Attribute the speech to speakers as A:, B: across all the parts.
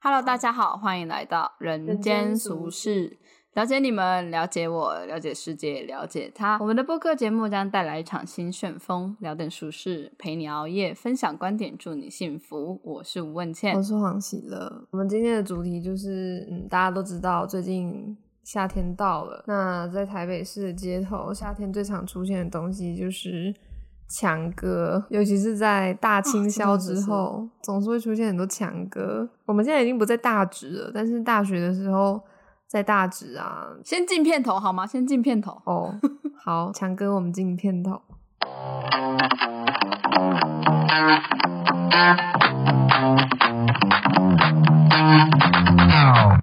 A: Hello，大家好，欢迎来到人间俗世，了解你们，了解我，了解世界，了解他。我们的播客节目将带来一场新旋风，聊点俗事，陪你熬夜，分享观点，祝你幸福。我是吴问
B: 我
A: 倩，
B: 是黄喜乐。我们今天的主题就是，嗯，大家都知道最近夏天到了，那在台北市的街头，夏天最常出现的东西就是强哥，尤其是在大清消之后，总啊是会出现很多强哥。我们现在已经不在大直了，但是大学的时候在大直啊，
A: 先进片头好吗？先进片头。
B: 哦，好，强哥，我们进片头。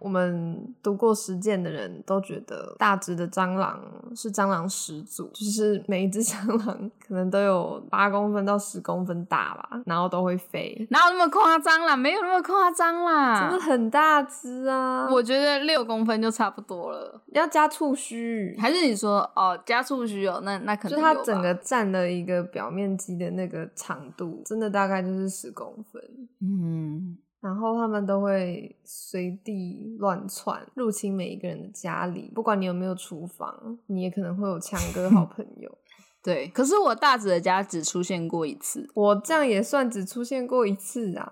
B: 我们读过实践的人都觉得大直的蟑螂是蟑螂始祖，就是每一只蟑螂可能都有八公分到十公分大吧，然后都会飞，
A: 哪有那么夸张啦？没有那么夸张
B: 真
A: 啦
B: 的。很大只啊！
A: 啊我觉得六公分就差不多了，
B: 要加触须，
A: 还是你说哦，加触须哦，那那可
B: 就
A: 能
B: 它
A: 有吧
B: 整个占了一个表面积的那个长度，真的大概就是十公分。
A: 嗯，
B: 然后它们都会随地乱窜，入侵每一个人的家里，不管你有没有厨房，你也可能会有强哥好 朋友。
A: 对。可是我大指的家只出现过一次，
B: 我这样也算只出现过一次啊，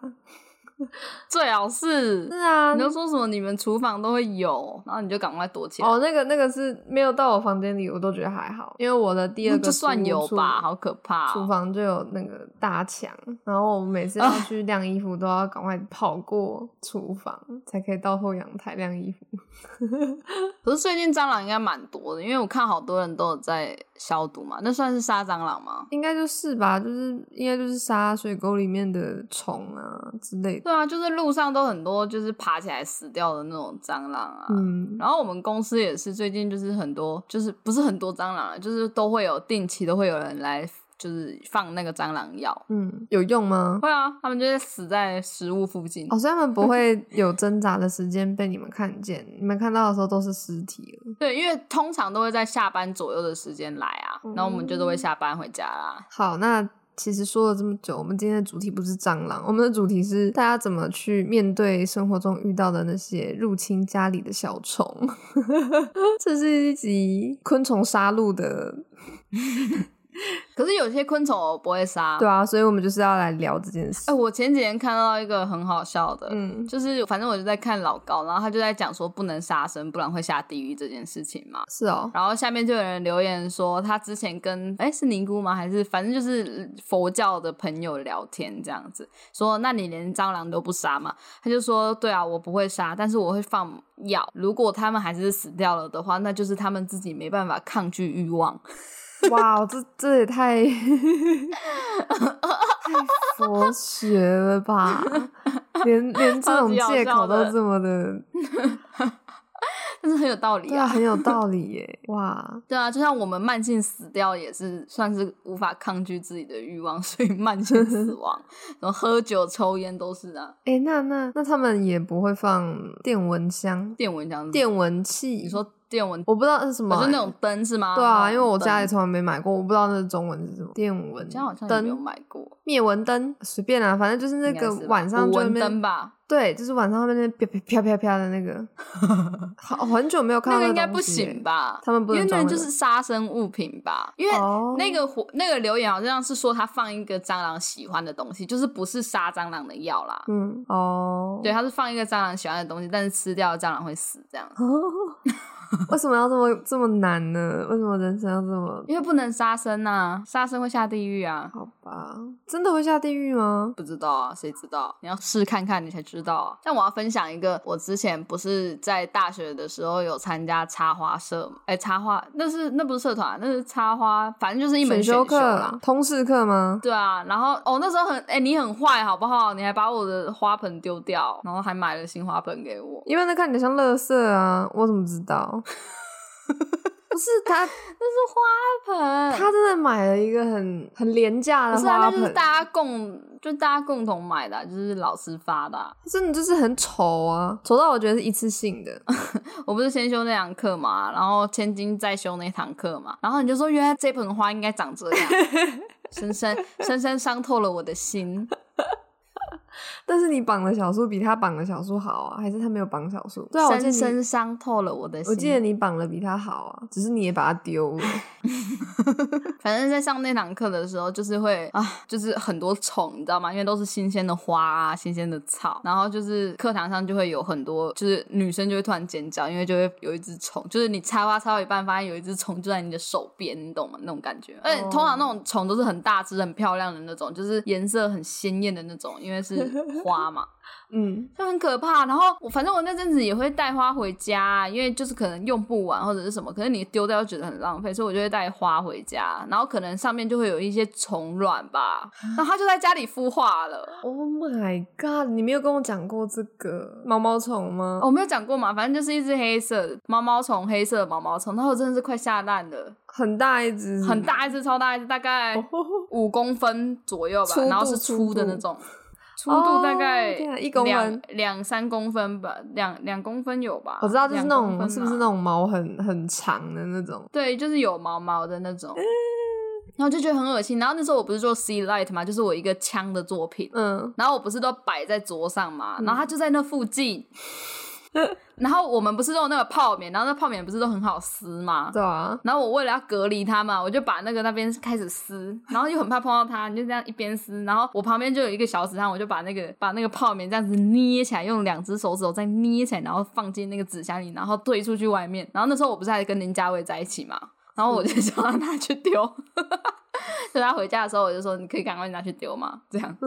A: 最好
B: 是
A: 是
B: 啊
A: 你，就说什么你们厨房都会有，然后你就赶快躲起来。
B: 哦，那个那个是没有到我房间里，我都觉得还好，因为我的第二
A: 那
B: 个
A: 就算有
B: 租屋处
A: 吧，好可怕、
B: 厨
A: 哦。
B: 房就有那个大墙，然后我们每次
A: 啊
B: 要去晾衣服，都要赶快跑过厨房，才可以到后阳台晾衣服。
A: 可是最近蟑螂应该蛮多的，因为我看好多人都有在消毒嘛，那算是杀蟑螂吗？
B: 应该就是吧，就是应该就是杀水沟里面的虫啊之类的。
A: 对啊，就是路上都很多就是爬起来死掉的那种蟑螂啊。
B: 嗯，
A: 然后我们公司也是最近就是很多，就是不是很多蟑螂啊，就是都会有定期都会有人来就是放那个蟑螂药。
B: 嗯，有用吗？
A: 会啊，他们就是死在食物附近。
B: 哦，所以他们不会 有挣扎的时间被你们看见，你们看到的时候都是尸体了。
A: 对，因为通常都会在下班左右的时间来啊，然后我们就都
B: 嗯
A: 会下班回家啦。
B: 好，那其实说了这么久，我们今天的主题不是蟑螂，我们的主题是大家怎么去面对生活中遇到的那些入侵家里的小虫。 这是一集昆虫杀戮的，
A: 可是有些昆虫我不会杀。
B: 对
A: 哎、
B: 啊，所以我们就是要来聊这件事。
A: 我前几天看到一个很好笑的，
B: 嗯，
A: 就是反正我就在看老高，然后他就在讲说不能杀生，不然会下地狱这件事情嘛。
B: 是哦，
A: 然后下面就有人留言说，他之前跟哎是尼姑吗？还是反正就是佛教的朋友聊天这样子，说那你连蟑螂都不杀吗？他就说对啊，我不会杀，但是我会放药。如果他们还是死掉了的话，那就是他们自己没办法抗拒欲望。
B: 哇，哦这这也太 太佛学了吧！连连这
A: 超
B: 种
A: 级好
B: 借
A: 笑
B: 口都
A: 的
B: 这么的，
A: 但是很有道理
B: 对啊，
A: 啊，
B: 很有道理耶！哇，
A: 对啊，就像我们慢性死掉也是算是无法抗拒自己的欲望， 所以慢性死亡，然后喝酒、抽烟都是啊。
B: 哎，那那那他们也不会放电蚊香、
A: 电蚊香是什么，
B: 电蚊器？
A: 你说电蚊，
B: 我不知道是什么
A: 我
B: 欸，
A: 是那种灯是吗？
B: 对啊，因为
A: 那
B: 我
A: 种灯
B: 家里从来没买过，我不知道那是中文是什么。电蚊
A: 我家好像也没有
B: 灯、
A: 买过，
B: 灭蚊灯，随便啊，反正就是那
A: 应该
B: 个
A: 是吧
B: 晚上
A: 捕
B: 就
A: 蚊
B: 那边
A: 灯吧，
B: 对，就是晚上他们那边啪啪啪啪啪的那个， 好很久没有看
A: 那
B: 到
A: 个应该
B: 东
A: 不
B: 西欸耶
A: 行？吧？
B: 他们不
A: 因为
B: 能
A: 那个
B: 装那个
A: 就是杀生物品吧，因为
B: 哦
A: 那个火那个留言好像是说他放一个蟑螂喜欢的东西，就是不是杀蟑螂的药啦，
B: 嗯哦，
A: 对，，他是放一个蟑螂喜欢的东西，但是吃掉蟑螂会死这样，
B: 为什么要这么这么难呢？为什么人生要这么？
A: 因为不能杀生啊，杀生会下地狱啊，
B: 好吧，真的会下地狱吗？
A: 不知道啊，谁知道？你要试看看，你才知道啊。但我要分享一个，我之前不是在大学的时候有参加插花社，哎、插花那是那不是社团，啊那是插花，反正就是一门选
B: 选
A: 修啊
B: 课
A: 啦、。
B: 通识课吗？
A: 对啊，然后哦，那时候很哎、你很坏好不好？你还把我的花盆丢掉，然后还买了新花盆给我。
B: 因为那看起来像垃圾啊，我怎么知道？不是
A: 嗯
B: 他，
A: 那是花盆，
B: 他真的买了一个很很廉价的
A: 不是啊，
B: 花
A: 那
B: 盆，
A: 就是大家共，就大家共同买的啊、就是老师发的啊、
B: 真的就是很丑啊，丑到我觉得是一次性 的。
A: 我不是先修那堂课嘛，然后千金再修那堂课嘛，然后你就说原来这盆花应该长这样，深深深深伤透了我的心。
B: 但是你绑的小树比他绑的小树好啊，还是他没有绑小树？对啊，我记
A: 深
B: 得你
A: 深伤透了我的心。
B: 我记得你绑的比他好啊，只是你也把它 丢了。
A: 反正在上那堂课的时候，就是会啊，就是很多虫，你知道吗？因为都是新鲜的花啊，新鲜的草，然后就是课堂上就会有很多，就是女生就会突然尖叫，因为就会有一只虫，就是你插花插到一半，发现有一只虫就在你的手边，你懂吗？那种感觉。而且通常那种虫都是很大只、很漂亮的那种，就是颜色很鲜艳的那种，因为是花嘛。
B: 嗯，
A: 就很可怕。然后我反正我那阵子也会带花回家、啊因为就是可能用不完或者是什么，可是你丢掉又觉得很浪费，所以我就会带花回家。然后可能上面就会有一些虫卵吧，然后它就在家里孵化了。
B: Oh my god！你没有跟我讲过这个毛毛虫吗？
A: 哦我没有讲过嘛，反正就是一只黑色的毛毛虫，黑色的毛毛虫，然后我真的是快吓烂了，
B: 很大一只，
A: 很。大一只，超大一只，大 概五公分左右吧
B: 粗，度
A: 然后是粗的那种，粗度大概
B: 哦天啊一公分
A: 两两三公分吧，两两公分有吧？
B: 我知道，就是那
A: 两公
B: 种、
A: 分啊
B: 是不是那种毛很很长的那种？
A: 对，就是有毛毛的那种，然后就觉得很恶心。然后那时候我不是做 C light 嘛，就是我一个枪的作品，
B: 嗯，
A: 然后我不是都摆在桌上嘛，然后它就在那附近。然后我们不是都有那个泡棉，然后那泡棉不是都很好撕嘛？
B: 对啊，
A: 然后我为了要隔离它嘛，我就把那个那边开始撕，然后又很怕碰到它，你就这样一边撕，然后我旁边就有一个小纸箱，我就把那个把那个泡棉这样子捏起来，用两只手指头再捏起来，然后放进那个纸箱里，然后推出去外面。然后那时候我不是还跟林佳伟在一起嘛，然后我就想让他去丢，所以他回家的时候我就说你可以赶快拿去丢嘛，这样，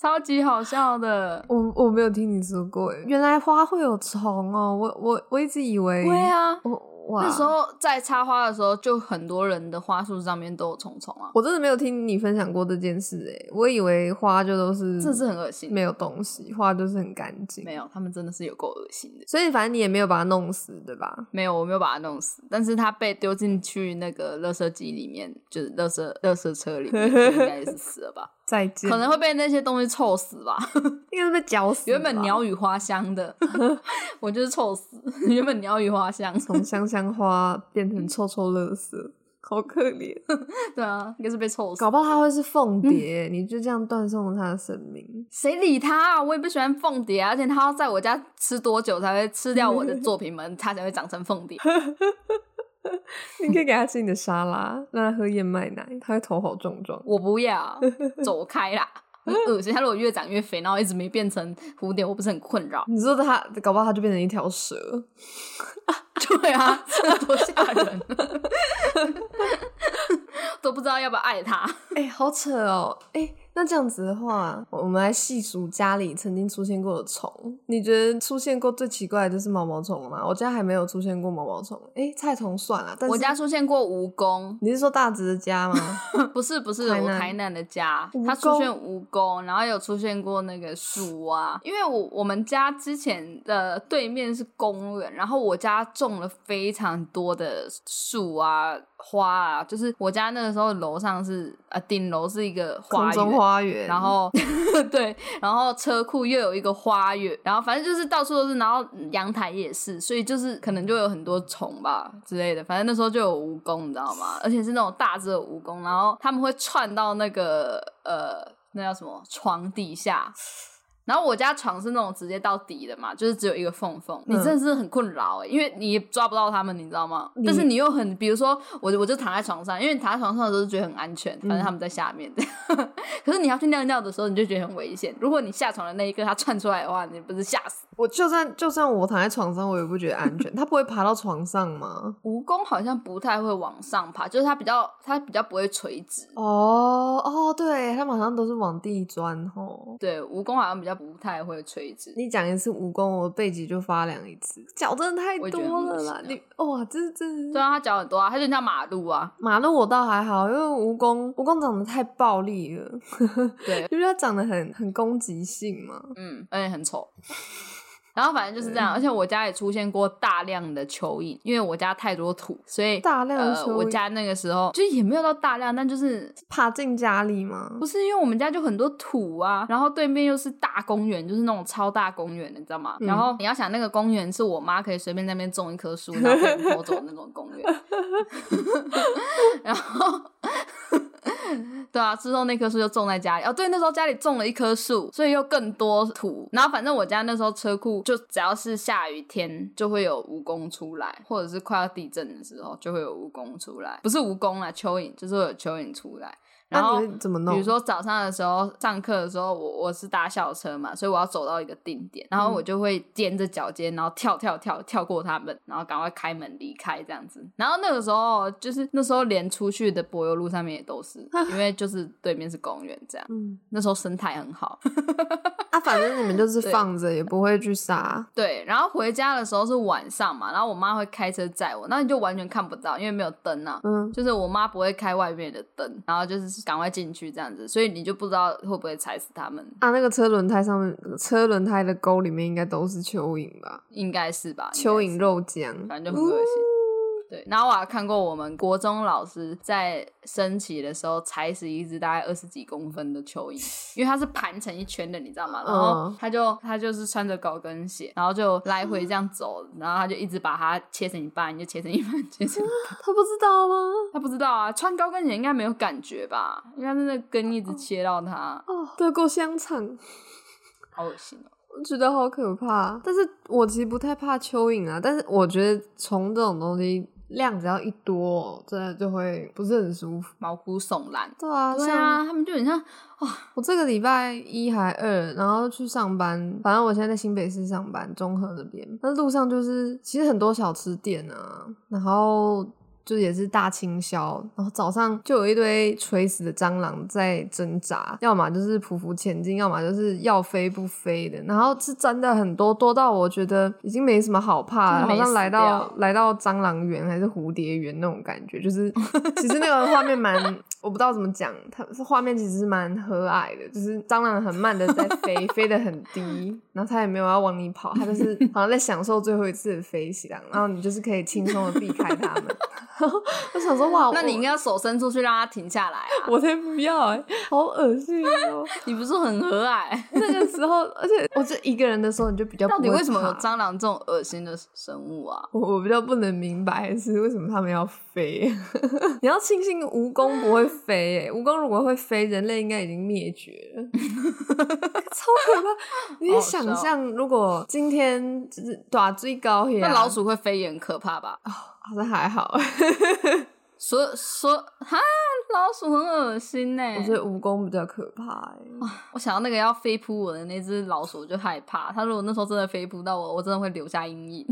A: 超级好笑的。
B: 我我没有听你说过耶，原来花会有虫哦，我我我一直以为，
A: 对，啊，
B: 我哇，
A: 那时候在插花的时候，就很多人的花束上面都有虫虫啊，
B: 我真的没有听你分享过这件事诶，我以为花就都是
A: 这是很恶心。
B: 嗯没有东西，花就是很干净，
A: 没有，他们真的是有够恶心的。
B: 所以反正你也没有把它弄死，对吧？
A: 没有，我没有把它弄死，但是它被丢进去那个垃圾机里面，就是垃圾垃圾车里面，就应该也是死了 吧？
B: 再见，
A: 可能会被那些东西臭死 吧。
B: 应该是被绞死吧。
A: 原本鸟语花香的， 我就是臭死。 原本鸟语花香，
B: 从香香花变成臭臭垃圾，好可怜。 嗯
A: 对啊，应该是被臭死。
B: 搞不好它会是凤蝶，欸你就这样断送了它的生命。
A: 谁理它啊？我也不喜欢凤蝶啊，而且它要在我家吃多久才会吃掉我的作品们，它才会长成凤蝶？
B: 你可以给它吃你的沙拉，让它喝燕麦奶，它会头好壮壮。
A: 我不要，走开啦！很恶心，它如果越长越肥，然后一直没变成蝴蝶，我不是很困扰？
B: 你说它，搞不好它就变成一条蛇。
A: 对啊，这多吓人，啊 都不知道要不要爱他。
B: 哎、好扯哦！哎、那这样子的话，我们来细数家里曾经出现过的虫。你觉得出现过最奇怪的就是毛毛虫吗？我家还没有出现过毛毛虫。哎、菜虫算了，但是
A: 我家出现过蜈蚣，
B: 你是说大直的家吗？
A: 不是不是，
B: 台南
A: 我台南的家
B: 蜈，蚣
A: 它出现蜈蚣，然后有出现过那个鼠啊，因为我我们家之前的对面是公园，然后我家种了非常多的树啊。花啊，就是我家那个时候楼上是啊，顶楼是一个花
B: 空
A: 园，
B: 中花园，
A: 然后 对，然后车库又有一个花园，然后反正就是到处都是，然后阳台也是，所以就是可能就有很多虫吧之类的。反正那时候就有蜈蚣，你知道吗？而且是那种大只的蜈蚣，然后他们会窜到那个呃，那叫什么床底下。然后我家床是那种直接到底的嘛，就是只有一个缝缝，你真的是很困扰、欸，因为你也抓不到它们，你知道吗？但是你又很，比如说我我就躺在床上，因为你躺在床上的时候就觉得很安全，反正他们在下面。可是你要去尿尿的时候，你就觉得很危险。如果你下床的那一刻它窜出来的话，你不是吓死？
B: 我就算就算我躺在床上，我也不觉得安全。它不会爬到床上吗？
A: 蜈蚣好像不太会往上爬，就是它比较它比较不会垂直。
B: 哦哦，对，它马上都是往地钻吼。
A: 对，蜈蚣好像比较不太会垂直。
B: 你讲一次蜈蚣，我背脊就发凉一次，脚真的太
A: 我也觉得
B: 多
A: 很恶
B: 了
A: 心
B: 啦
A: 啊！
B: 你哇，这真
A: 对
B: 的是
A: 啊，它脚很多啊，它就像马路啊。
B: 马路我倒还好，因为蜈蚣蜈蚣长得太暴力了，
A: 对，
B: 因为它长得很很攻击性嘛。
A: 嗯，而且很丑。然后反正就是这样，而且我家也出现过大量的蚯蚓，因为我家太多土，所以
B: 大量的
A: 呃，
B: 蚯蚓
A: 我家那个时候就也没有到大量，但就是
B: 爬进家里吗
A: 不？是因为我们家就很多土啊，然后对面又是大公园，就是那种超大公园，你知道吗？
B: 嗯
A: 然后你要想那个公园是我妈可以随便在那边种一棵树， 然后被人偷走的那种公园，然后。对啊，之后那棵树就种在家里。哦，对，那时候家里种了一棵树，所以又更多土。然后反正我家那时候车库就只要是下雨天就会有蜈蚣出来，或者是快要地震的时候就会有蜈蚣出来，不是蜈蚣啦，蚯蚓就是会有蚯蚓出来。然后
B: 那你会怎么弄？
A: 比如说早上的时候，上课的时候，我我是搭校车嘛，所以我要走到一个定点，然后我就会踮着脚尖，然后跳跳跳跳过他们，然后赶快开门离开这样子。然后那个时候就是那时候连出去的柏油路上面也都是，因为就是对面是公园这样。
B: 嗯，
A: 那时候生态很好，
B: 啊，反正你们就是
A: 对
B: 放着，也不会去杀。
A: 对。然后回家的时候是晚上嘛，然后我妈会开车载我，那你就完全看不到，因为没有灯啊。
B: 嗯，
A: 就是我妈不会开外面的灯，然后就是赶快进去这样子，所以你就不知道会不会踩死他们。
B: 啊，那个车轮胎上面，呃车轮胎的沟里面应该都是蚯蚓吧？
A: 应该是吧，
B: 蚯
A: 应该
B: 蚓
A: 是，
B: 肉浆，哦
A: 反正就很恶心。对，然后我还看过我们国中老师在升旗的时候踩死一只大概二十几公分的蚯蚓，因为它是盘成一圈的，你知道吗？然后
B: 嗯
A: 他就他就是穿着高跟鞋，然后就来回这样走，然后他就一直把它切成一半，就切成一半，切成一半。
B: 他不知道吗？
A: 他不知道啊，穿高跟鞋应该没有感觉吧？因为他那个跟一直切到它，
B: 哦，德国香肠，
A: 好恶心哦。
B: 我觉得好可怕。但是我其实不太怕蚯蚓啊，但是我觉得虫这种东西量只要一多，真的就会不是很舒服。
A: 毛骨悚然。
B: 对啊，
A: 对
B: 像哦
A: 啊，他们就很像
B: 我这个礼拜一还二，然后去上班，反正我现在在新北市上班，中和那边。那路上就是其实很多小吃店啊，然后就也是大清宵，然后早上就有一堆垂死的蟑螂在挣扎，要么就是匍匐前进，要么就是要飞不飞的。然后是真的很多，多到我觉得已经没什么好
A: 真
B: 怕了，
A: 的
B: 好
A: 没
B: 像
A: 死
B: 来到
A: 掉
B: 来到蟑螂园还是蝴蝶园那种感觉，就是 其实那个画面蛮， 我不知道怎么讲，它是画面其实是蛮和蔼的，就是蟑螂很慢的在飞，飞得很 低，然后它也没有要往你跑，它就是好像在享受最后一次的飞行，然后你就是可以轻松的避开它们。 我想说 哇，
A: 那你
B: 我
A: 应该手伸出去让它停下来啊！
B: 我才不要哎、好恶心哦！
A: 你不是很和蔼？
B: 那个时候，而且我就一个人的时候，你就比较
A: 到
B: 不
A: 底
B: 会
A: 为什么有
B: 怕
A: 蟑螂这种恶心的生物啊？
B: 我我比较不能明白是为什么他们要飞。 你要庆幸蜈蚣不会飞、欸，蜈蚣如果会飞，人类应该已经灭绝 了，超可怕！你
A: 好好
B: 想
A: 笑
B: 象，如果今天就是打最高呀，
A: 那老鼠会飞也很可怕吧？
B: 好像还好，欸
A: 所所哈，老鼠很恶心呢、
B: 我觉得蜈蚣比较可怕、欸。
A: 我想到那个要飞扑我的那只老鼠，我就害怕。它如果那时候真的飞扑到我，我真的会留下阴影。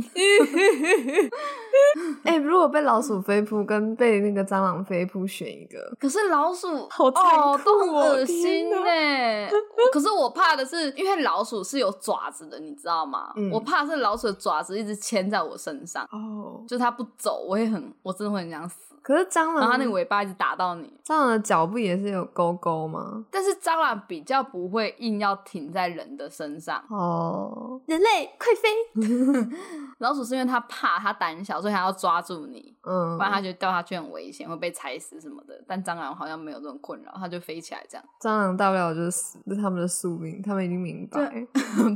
B: 哎、如果被老鼠飞扑跟被那个蟑螂飞扑选一个，
A: 可是老鼠
B: 好残酷哦
A: 哦，都很恶心欸
B: 天哪
A: 呢、 可是我怕的是，因为老鼠是有爪子的，你知道吗？
B: 嗯
A: 我怕是老鼠的爪子一直牵在我身上，
B: 哦，
A: 就是它不走，我也很，我真的会很想死。
B: 可是蟑
A: 然后
B: 螂
A: 它那个尾巴一直打到你，
B: 蟑螂的脚不也是有勾勾吗？
A: 但是蟑螂比较不会硬要停在人的身上，
B: 哦，
A: 人类快飞！ 老鼠是因为它怕，它胆小，所以它要抓住你，
B: 嗯
A: 不，然它觉得掉下去很危险，会被踩死什么的。但蟑螂好像没有这种困扰，它就飞起来这样。
B: 蟑螂大不了就是死，这是他们的宿命，他们已经明白。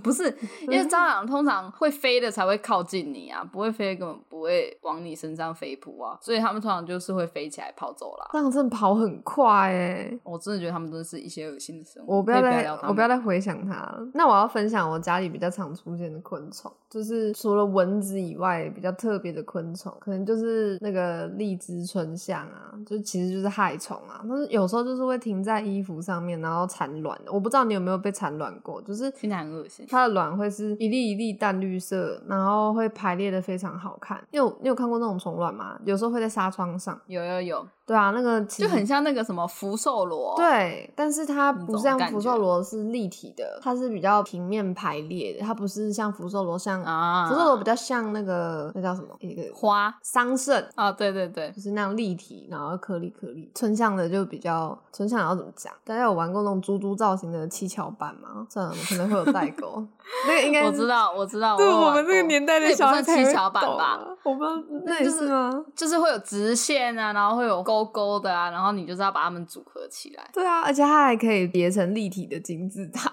A: 不是，因为蟑螂通常会飞的才会靠近你啊，不会飞的根本不会往你身上飞扑啊，所以它们通常就是会飞起来跑走啦。
B: 蟑螂真的跑很快哎，
A: 我真的觉得它们都是一些恶心的生物，
B: 我不
A: 可
B: 要
A: 以不
B: 再
A: 聊它
B: 我不要
A: 们
B: 再回想它了。那我要分享我家里比较常出现的昆虫，就是除了蚊子以外比较特别的昆虫，可能就是那个荔枝春象啊，就其实就是害虫啊。但是有时候就是会停在衣服上面，然后产卵的。我不知道你有没有被产卵过，就是
A: 听起来很恶心。
B: 它的卵会是一粒一粒淡绿色，然后会排列的非常好看。你有你有看过那种虫卵吗？有时候会在纱窗上。
A: 有有有，
B: 对啊，那个其
A: 就
B: 实
A: 很像那个什么福寿螺，，
B: 对，但是它
A: 那
B: 不
A: 种
B: 像
A: 感
B: 福
A: 觉
B: 寿螺是立体的，它是比较平面排列的，它不是像福寿螺像、
A: 啊，
B: 福寿螺比较像那个那叫什么一个
A: 花
B: 桑葚。
A: 啊，对对对，
B: 就是那样立体，然后颗粒颗粒。春象的就比较，春象要怎么讲？大家有玩过那种猪猪造型的七巧板吗？算了，我们可能会有代沟。 那个应该
A: 我
B: 是
A: 知道我知道，
B: 对
A: 有
B: 我
A: 玩
B: 们这个
A: 过
B: 年代
A: 这哦也
B: 的
A: 不
B: 小孩
A: 算
B: 才
A: 七
B: 会
A: 巧板
B: 懂
A: 吧？
B: 啊？我不知道，那也
A: 就是
B: 吗？
A: 就是会有直线啊，然后会有勾勾的啊，然后你就是要把它们组合起来。
B: 对啊，而且它还可以叠成立体的金字塔。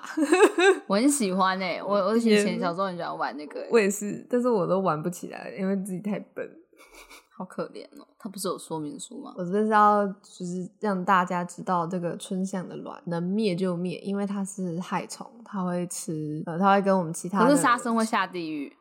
A: 我很喜欢哎、我我以
B: 也
A: 前小时候很喜欢玩那个欸、
B: 我也是，但是我都玩不起来，因为自己太笨。
A: 好好可怜哦。它不是有说明书吗？
B: 我这是要就是让大家知道，这个春象的卵能灭就灭，因为它是害虫，它会吃，呃，它会跟我们其他
A: 可
B: 的
A: 是哦杀生会下地狱，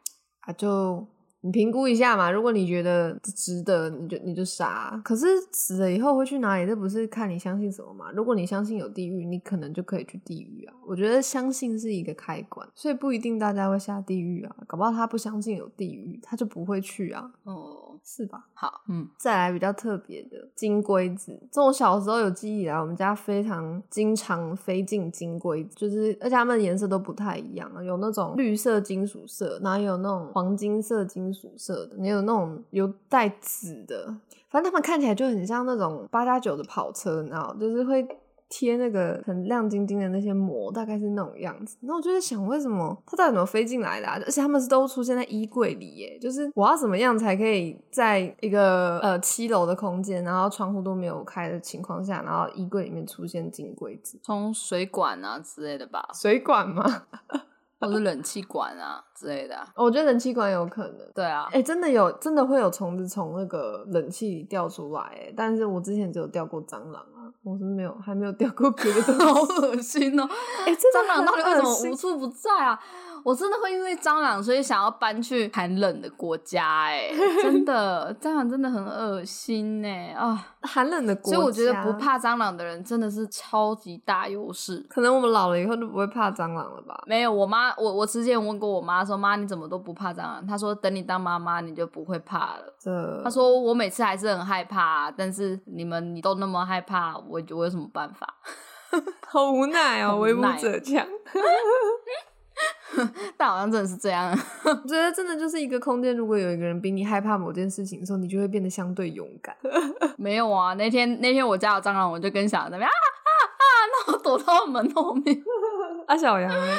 B: 啊，就你评估一下嘛。如果你觉得值得，你就你就杀。啊可是死了以后会去哪里？这不是看你相信什么嘛？如果你相信有地狱，你可能就可以去地狱啊。我觉得相信是一个开关，所以不一定大家会下地狱啊。搞不好他不相信有地狱，他就不会去啊，
A: 哦，
B: 是吧？
A: 好，嗯，
B: 再来比较特别的金龟子，这种小时候有记忆以来，我们家非常经常飞进金龟子，就是而且它们的颜色都不太一样，啊有那种绿色金属色，然后也有那种黄金色金属色的，也有那种有带紫的，反正它们看起来就很像那种八加九的跑车，你知道，就是会。贴那个很亮晶晶的那些膜，大概是那种样子。那我就在想，为什么它到底怎么飞进来的、啊？而且它们是都出现在衣柜里耶，就是我要怎么样才可以在一个呃七楼的空间，然后窗户都没有开的情况下，然后衣柜里面出现金龟子？
A: 从水管啊之类的吧，
B: 水管吗？
A: 或者是冷气管啊之类的啊、
B: 我觉得冷气管有可能。
A: 对啊，
B: 哎、真的有，真的会有虫子从那个冷气里掉出来，哎，但是我之前只有掉过蟑螂啊，我是没有，还没有掉过别的东西。
A: 好 恶心哦！
B: 哎、真的
A: 蟑螂
B: 很
A: 到底为什
B: 恶
A: 么
B: 心
A: 无处不在啊？我真的会因为蟑螂，所以想要搬去寒冷的国家、 哎，真的，蟑螂真的很恶心呢、啊！
B: 寒冷的国
A: 所
B: 家，
A: 以我觉得不怕蟑螂的人真的是超级大优势。
B: 可能我们老了以后就不会怕蟑螂了吧？
A: 没有，我妈，我我之前问过我妈说，妈你怎么都不怕蟑螂？她说等你当妈妈你就不会怕了。
B: 这
A: 她说我每次还是很害怕啊、但是你们你都那么害怕，我我有什么办法？
B: 好无 奈
A: 好
B: 哦，
A: 无
B: 为武
A: 奈
B: 者强。
A: 但好像真的是这样。
B: 我觉得真的就是一个空间，如果有一个人比你害怕某件事情的时候，你就会变得相对勇敢。
A: 没有啊，那天那天我家有蟑螂，我就跟小杨在那边啊啊啊，那我躲到门后面。
B: 啊，小杨呢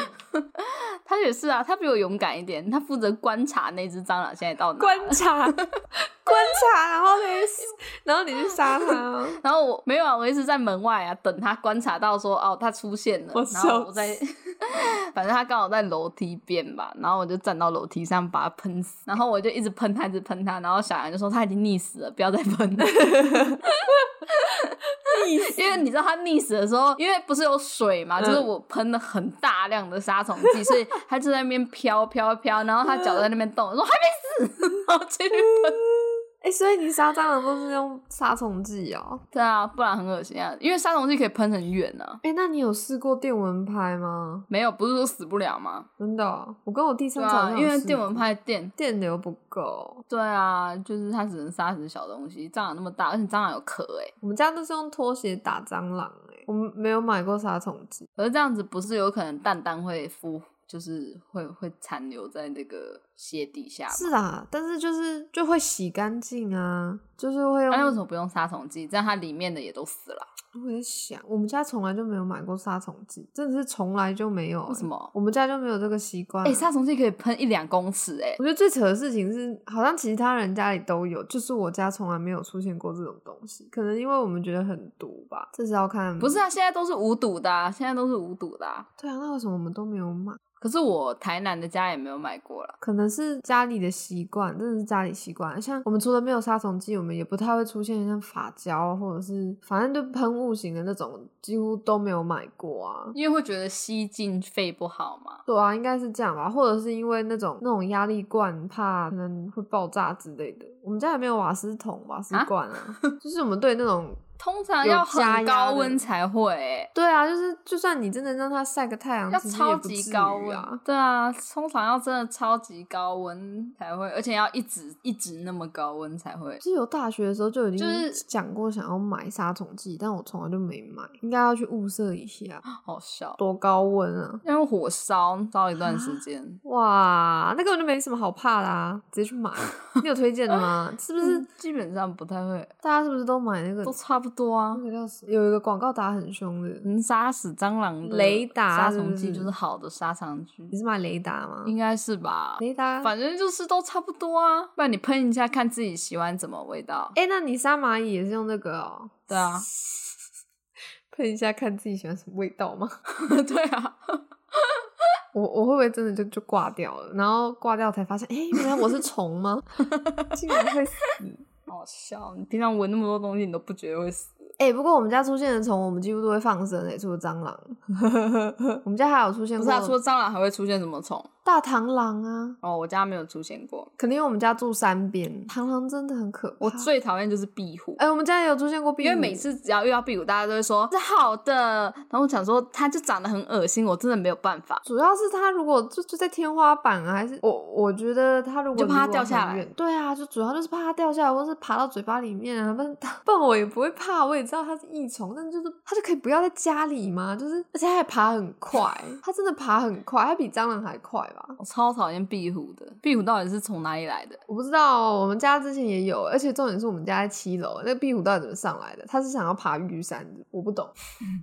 A: 他也是啊，他比我勇敢一点，他负责观察那只蟑螂现在到哪。
B: 观察， 观察，然后呢， 然后你去杀他哦。
A: 然后我没有啊，我一直在门外啊，等他观察到说哦，他出现了
B: 我，
A: 然后
B: 笑
A: 我在， 反正他刚好在楼梯边吧，然后我就站到楼梯上把他喷死，然后我就一直喷他，一直喷他，然后小杨就说他已经溺死了，不要再喷 了。因为你知道它溺死的时候，因为不是有水嘛，
B: 嗯
A: 就是我喷了很大量的杀虫剂，所以它就在那边飘飘飘，然后它脚在那边动，我说还没死， 然后继续 喷。
B: 哎、所以你杀蟑螂都是用杀虫剂哦。
A: 对啊，不然很恶心啊，因为杀虫剂可以喷很远啊。
B: 哎、那你有试过电蚊拍吗？
A: 没有，不是说死不了吗？
B: 真的哦、我跟我弟上
A: 对
B: 次好
A: 啊
B: 像，有
A: 因为
B: 试
A: 电
B: 过
A: 蚊拍电，
B: 电流不够，哦
A: 对啊，就是它只能杀死小东西。蟑螂那么大，而且蟑螂有壳哎、
B: 我们家都是用拖鞋打蟑螂、哎，我们没有买过杀虫剂。
A: 可是这样子不是有可能蛋蛋会孵，就是会会残留在那个鞋底下吗？
B: 是啊，但是就是就会洗干净啊，就是会用。
A: 那、为什么不用杀虫剂？这样它里面的也都死了。
B: 我也想，我们家从来就没有买过杀虫剂，真的是从来就没有、
A: 为什
B: 欸
A: 么
B: 我们家就没有这个习惯、啊
A: 哎、杀虫剂可以喷一两公尺、欸，
B: 我觉得最扯的事情是，好像其他人家里都有，就是我家从来没有出现过这种东西。可能因为我们觉得很毒吧，这是要看。
A: 不是啊，现在都是无毒的、啊，现在都是无毒的、啊。
B: 对啊，那为什么我们都没有买？
A: 可是我台南的家也没有买过了，
B: 可能是家里的习惯，真的是家里习惯。像我们除了没有杀虫剂，我们也不太会出现像发胶或者是反正就喷雾型的那种，几乎都没有买过啊。
A: 因为会觉得吸进肺不好嘛。
B: 对啊，应该是这样吧，或者是因为那种那种压力罐怕可能会爆炸之类的。我们家也没有瓦斯桶、瓦斯
A: 啊
B: 罐啊，就是我们对那种
A: 通常
B: 有
A: 要
B: 加
A: 很
B: 压
A: 高
B: 的
A: 温才会、欸，
B: 对啊，就是就算你真的让它晒个太阳，
A: 要
B: 其实
A: 超
B: 也不至
A: 级
B: 于
A: 高温、
B: 啊。
A: 对啊，通常要真的超级高温才会，而且要一直一直那么高温才会。
B: 就是有大学的时候就已经
A: 就是
B: 讲过想要买杀虫剂，但我从来就没买，应该要去物色一下，
A: 好笑，
B: 多高温啊！
A: 因为火烧烧一段时间，
B: 哇，那根本就没什么好怕的啊，直接 去买。你有推荐的吗？是不
A: 就是基本上不太会，
B: 大家是不是都买那个
A: 都差嗯不嗯多啊
B: 那。个叫什么？有一个广告打很凶的，
A: 能杀死蟑螂的
B: 雷达
A: 杀
B: 嗯
A: 虫
B: 是
A: 剂
B: 不是
A: 就是好的杀虫剂
B: 你，是买雷达吗？
A: 应该是吧？
B: 雷达。
A: 嗯反正就是都差不多啊，不然你喷一下看自己喜欢怎么味道。
B: 哎、那你杀蚂蚁也是用那个哦？
A: 对啊，
B: 喷一下看自己喜欢什么味道吗？
A: 对啊，
B: 我我会不会真的就就 挂掉了？然后挂掉才发现，哎、原来我是虫吗？竟然会死！
A: 好笑，你平常闻那么多东西，你都不觉得会死？
B: 哎、不过我们家出现的虫，我们几乎都会放生哎、除了蟑螂。 我们家还有出现
A: 不
B: 过
A: 是啊，除了蟑螂还会出现什么虫？
B: 大螳螂啊，
A: 哦，我家没有出现过。
B: 肯定因为我们家住山边，螳螂真的很可怕。
A: 我最讨厌就是壁虎。
B: 哎、我们家也有出现过壁虎，
A: 因为每次只要遇到壁虎，大家都会说是好的，然后我想说它就长得很恶心，我真的没有办法。
B: 主要是它如果就就在天花板啊，还是我我觉得它如果
A: 就怕它
B: 离我
A: 掉下
B: 很
A: 来
B: 远对啊，就主要就是怕它掉下来，或是爬到嘴巴里面啊。不然 不然我也不会怕，我也知道它是益虫，但就是它就可以不要在家里嘛，就是而且它还爬很快，它真的爬很快，它比蟑螂还快吧？
A: 我超讨厌壁虎的，壁虎到底是从哪里来的？
B: 我不知道哦，我们家之前也有，而且重点是我们家在七楼，那个壁虎到底怎么上来的？它是想要爬玉山的，我 不懂。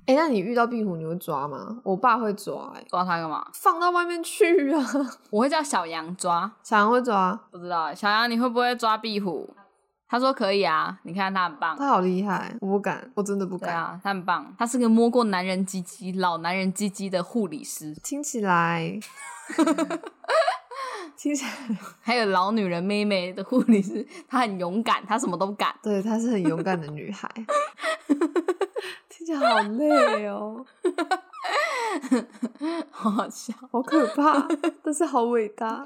B: 哎、那你遇到壁虎你会抓吗？我爸会抓、欸，
A: 抓它干嘛？
B: 放到外面去啊，
A: 我会叫小羊抓，
B: 小羊会抓。
A: 不知道欸小羊你会不会抓壁虎？他说可以啊，你看他很棒。
B: 他好厉害，我不敢，我真的不
A: 对
B: 敢。
A: 啊，他很棒，他是个摸过男人鸡鸡、老男人鸡鸡的护理师，
B: 听起 来，听起来，
A: 还有老女人妹妹的护理师，她很勇敢，她什么都敢。
B: 对，她是很勇敢的女孩。听起来好累哦，
A: 好好笑。
B: 好可怕，但是好伟 大。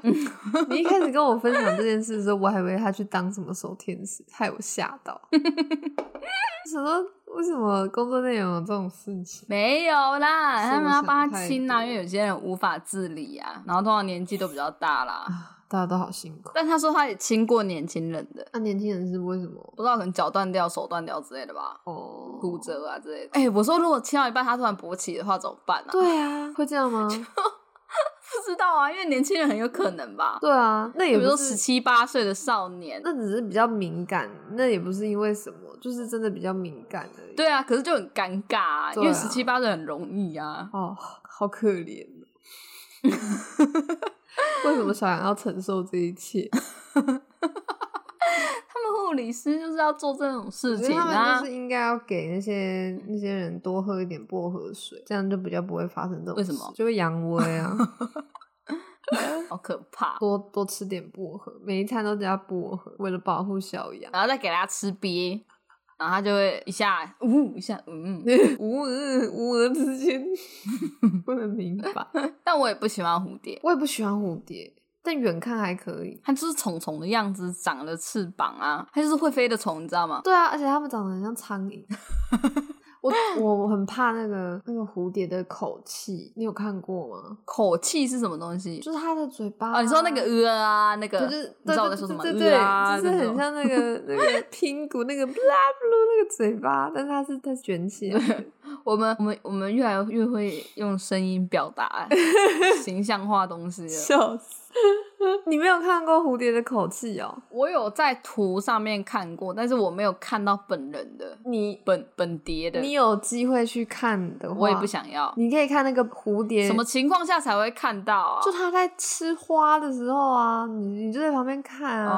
B: 你一开始跟我分享这件事的时候，我还以为她去当什么守天使，害我吓 到。我想说，为什么工作内容有这种事情？
A: 没有啦，
B: 是
A: 他们
B: 我
A: 要
B: 想
A: 帮他
B: 太
A: 清啊，
B: 多
A: 因为有些人无法自理啊，然后通常年纪都比较大啦。
B: 啊，大家都好辛苦。
A: 但他说他也亲过年轻人的，
B: 那、年轻人是为什么？
A: 不知道可能脚断掉、手断掉之类的吧，
B: 哦，
A: 骨折啊之类的。哎、我说如果亲到一半他突然勃起的话怎么办啊？
B: 对啊，会这 样吗？
A: 不知道啊，因为年轻人很有可能吧，
B: 对啊，那
A: 比
B: 也
A: 如
B: 不
A: 说
B: 是
A: 十七八岁的少年。
B: 那只是比较敏感，那也不是因为什么，就是真的比较敏感而已。，
A: 对啊，可是就很尴尬、啊，因
B: 对啊
A: 为十七八岁很容易啊。
B: 哦，好可怜哦。 为什么小杨要承受这一切？
A: 他们护理师就是要做这种
B: 我
A: 事
B: 觉得
A: 情
B: 他们
A: 啊
B: 就。是应该要给那些那些人多喝一点薄荷水，这样就比较不会发生这种事。
A: 为什么
B: 就会阳痿啊，
A: 好可怕！啊
B: 多多吃点薄荷，每一餐都加薄荷，为了保护小羊。
A: 然后再给他吃鳖，然后他就会一下呜一下嗯。
B: 无儿无儿之间 不能明白。
A: 但我也不喜欢蝴蝶，
B: 我也不喜欢蝴蝶，但远看还可以。
A: 它就是虫虫的样子，长了翅膀啊，它就是会飞的虫，你知道吗？
B: 对啊，而且它们长得很像苍 蝇。我我很怕那个那个蝴蝶的口气，你有看过吗？
A: 口气是什么东西？
B: 就是它的嘴巴、
A: 哦，你说那个呃啊，那个，
B: 对，就是
A: 你知
B: 对
A: 道我在
B: 对对
A: 说什么？
B: 对
A: 呃啊，
B: 对，就是
A: 那
B: 很
A: 种
B: 像那 个那个拼骨那个 blah blah 那个嘴巴，但是它是它是卷起来
A: 啊
B: 的，
A: 我们我们我们越来越会用声音表 达形象化东西了。
B: 笑死！你没有看过蝴蝶的口气哦？
A: 我有在图上面看过，但是我没有看到本人的
B: 你
A: 本本碟的，
B: 你有机会去看的话，
A: 我也不。想要。
B: 你可以看那个蝴蝶
A: 什么情况下才会看到啊？
B: 就他在吃花的时候啊，你你就在旁边看啊，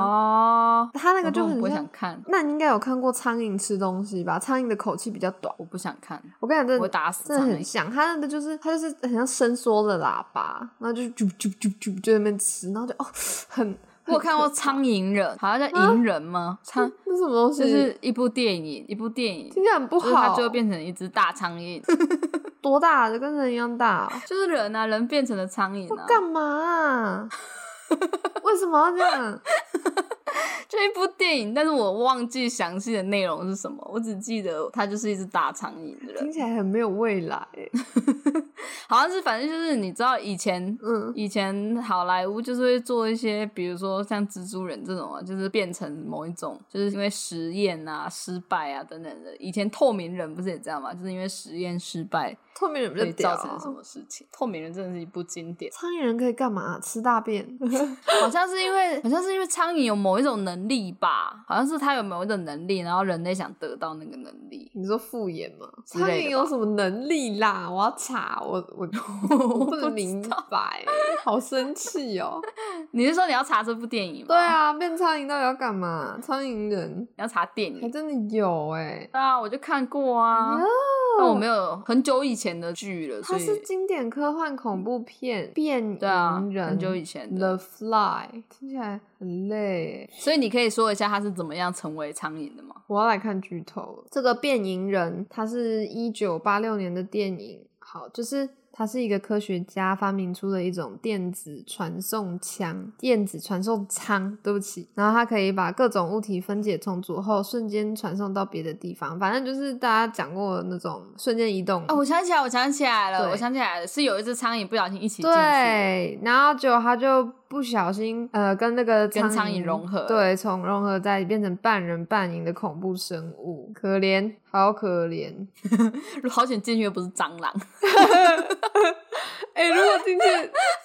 A: 哦，
B: 他那
A: 那
B: 个就很
A: 不会
B: 像
A: 想。看，
B: 那你应该有看过苍蝇吃东西吧？苍蝇的口气比较短。
A: 我不想看，
B: 我跟你
A: 我
B: 讲，
A: 会
B: 真的
A: 打死
B: 真的
A: 苍
B: 很
A: 蝇。
B: 像，它那个就是它就是很像伸缩的喇叭，然后就是啾啾啾啾就在那边吃，然后就哦，很
A: 我有看过《苍蝇人》，好像叫
B: 啊
A: 《蝇人》吗？苍
B: 那什么东西，
A: 就是一部电影，一部电影，
B: 听起来很不
A: 就是它
B: 好，
A: 最后变成一只大苍 蝇，
B: 多大的跟人一样大啊、
A: 就是人啊，人变成了苍蝇啊，
B: 干嘛啊、为什么要这样？
A: 就一部电影，但是我忘记详细的内容是什么，我只记得它就是一只大苍蝇的人
B: 听，起来很没有未来欸、
A: 好像是反正就是你知道以前。
B: 嗯，
A: 以前好莱坞就是会做一些，比如说像蜘蛛人这种啊，就是变成某一种，就是因为实验啊、失败啊等等的。以前透明人不是也这样吗？就是因为实验失败，
B: 透明人比
A: 会
B: 较屌
A: 造
B: 啊、
A: 成什么事情？透明人真的是一部经典，
B: 苍蝇人可以干嘛？吃大便？
A: 好像是因为好像是因为苍蝇有某一种能力吧，好像是它有某一种能力，然后人类想得到那个能力。
B: 你说复眼吗？
A: 之
B: 苍
A: 类
B: 蝇
A: 的
B: 有什么能力啦？我要查，我我我不能明白，好生气 哦！
A: 你是说你要查这部电影吗？
B: 对，啊，变苍蝇到底要干嘛？苍蝇人
A: 你要查电
B: 还
A: 影。
B: 真的有哎、
A: 对啊，我就看过啊，但我没有很久以前的剧了，
B: 它
A: 所
B: 是
A: 以
B: 经典科幻恐怖片《变影人
A: 对啊，》很久以前的。
B: The Fly，听起来很累。
A: 所以你可以说一下他是怎么样成为苍蝇的吗？
B: 我要来看剧透了。这个《变蝇人》，它是一九八六年的电影，好，就是它是一个科学家发明出的一种电子传送枪、电子传送舱，对不起。然后它可以把各种物体分解重组后，瞬间传送到别的地方。反正就是大家讲过的那种瞬间移动。
A: 啊，我想起来，我想起来了，
B: 对
A: 我想起来了，是有一只苍蝇不小心一起进去了，
B: 对，然后结果他就不小心呃跟那个
A: 跟苍蝇融合
B: 对，从融合在一起变成半人半蝇的恐怖生物，可怜，好可怜。
A: 好险进去又不是蟑螂，
B: 哎、如果进去，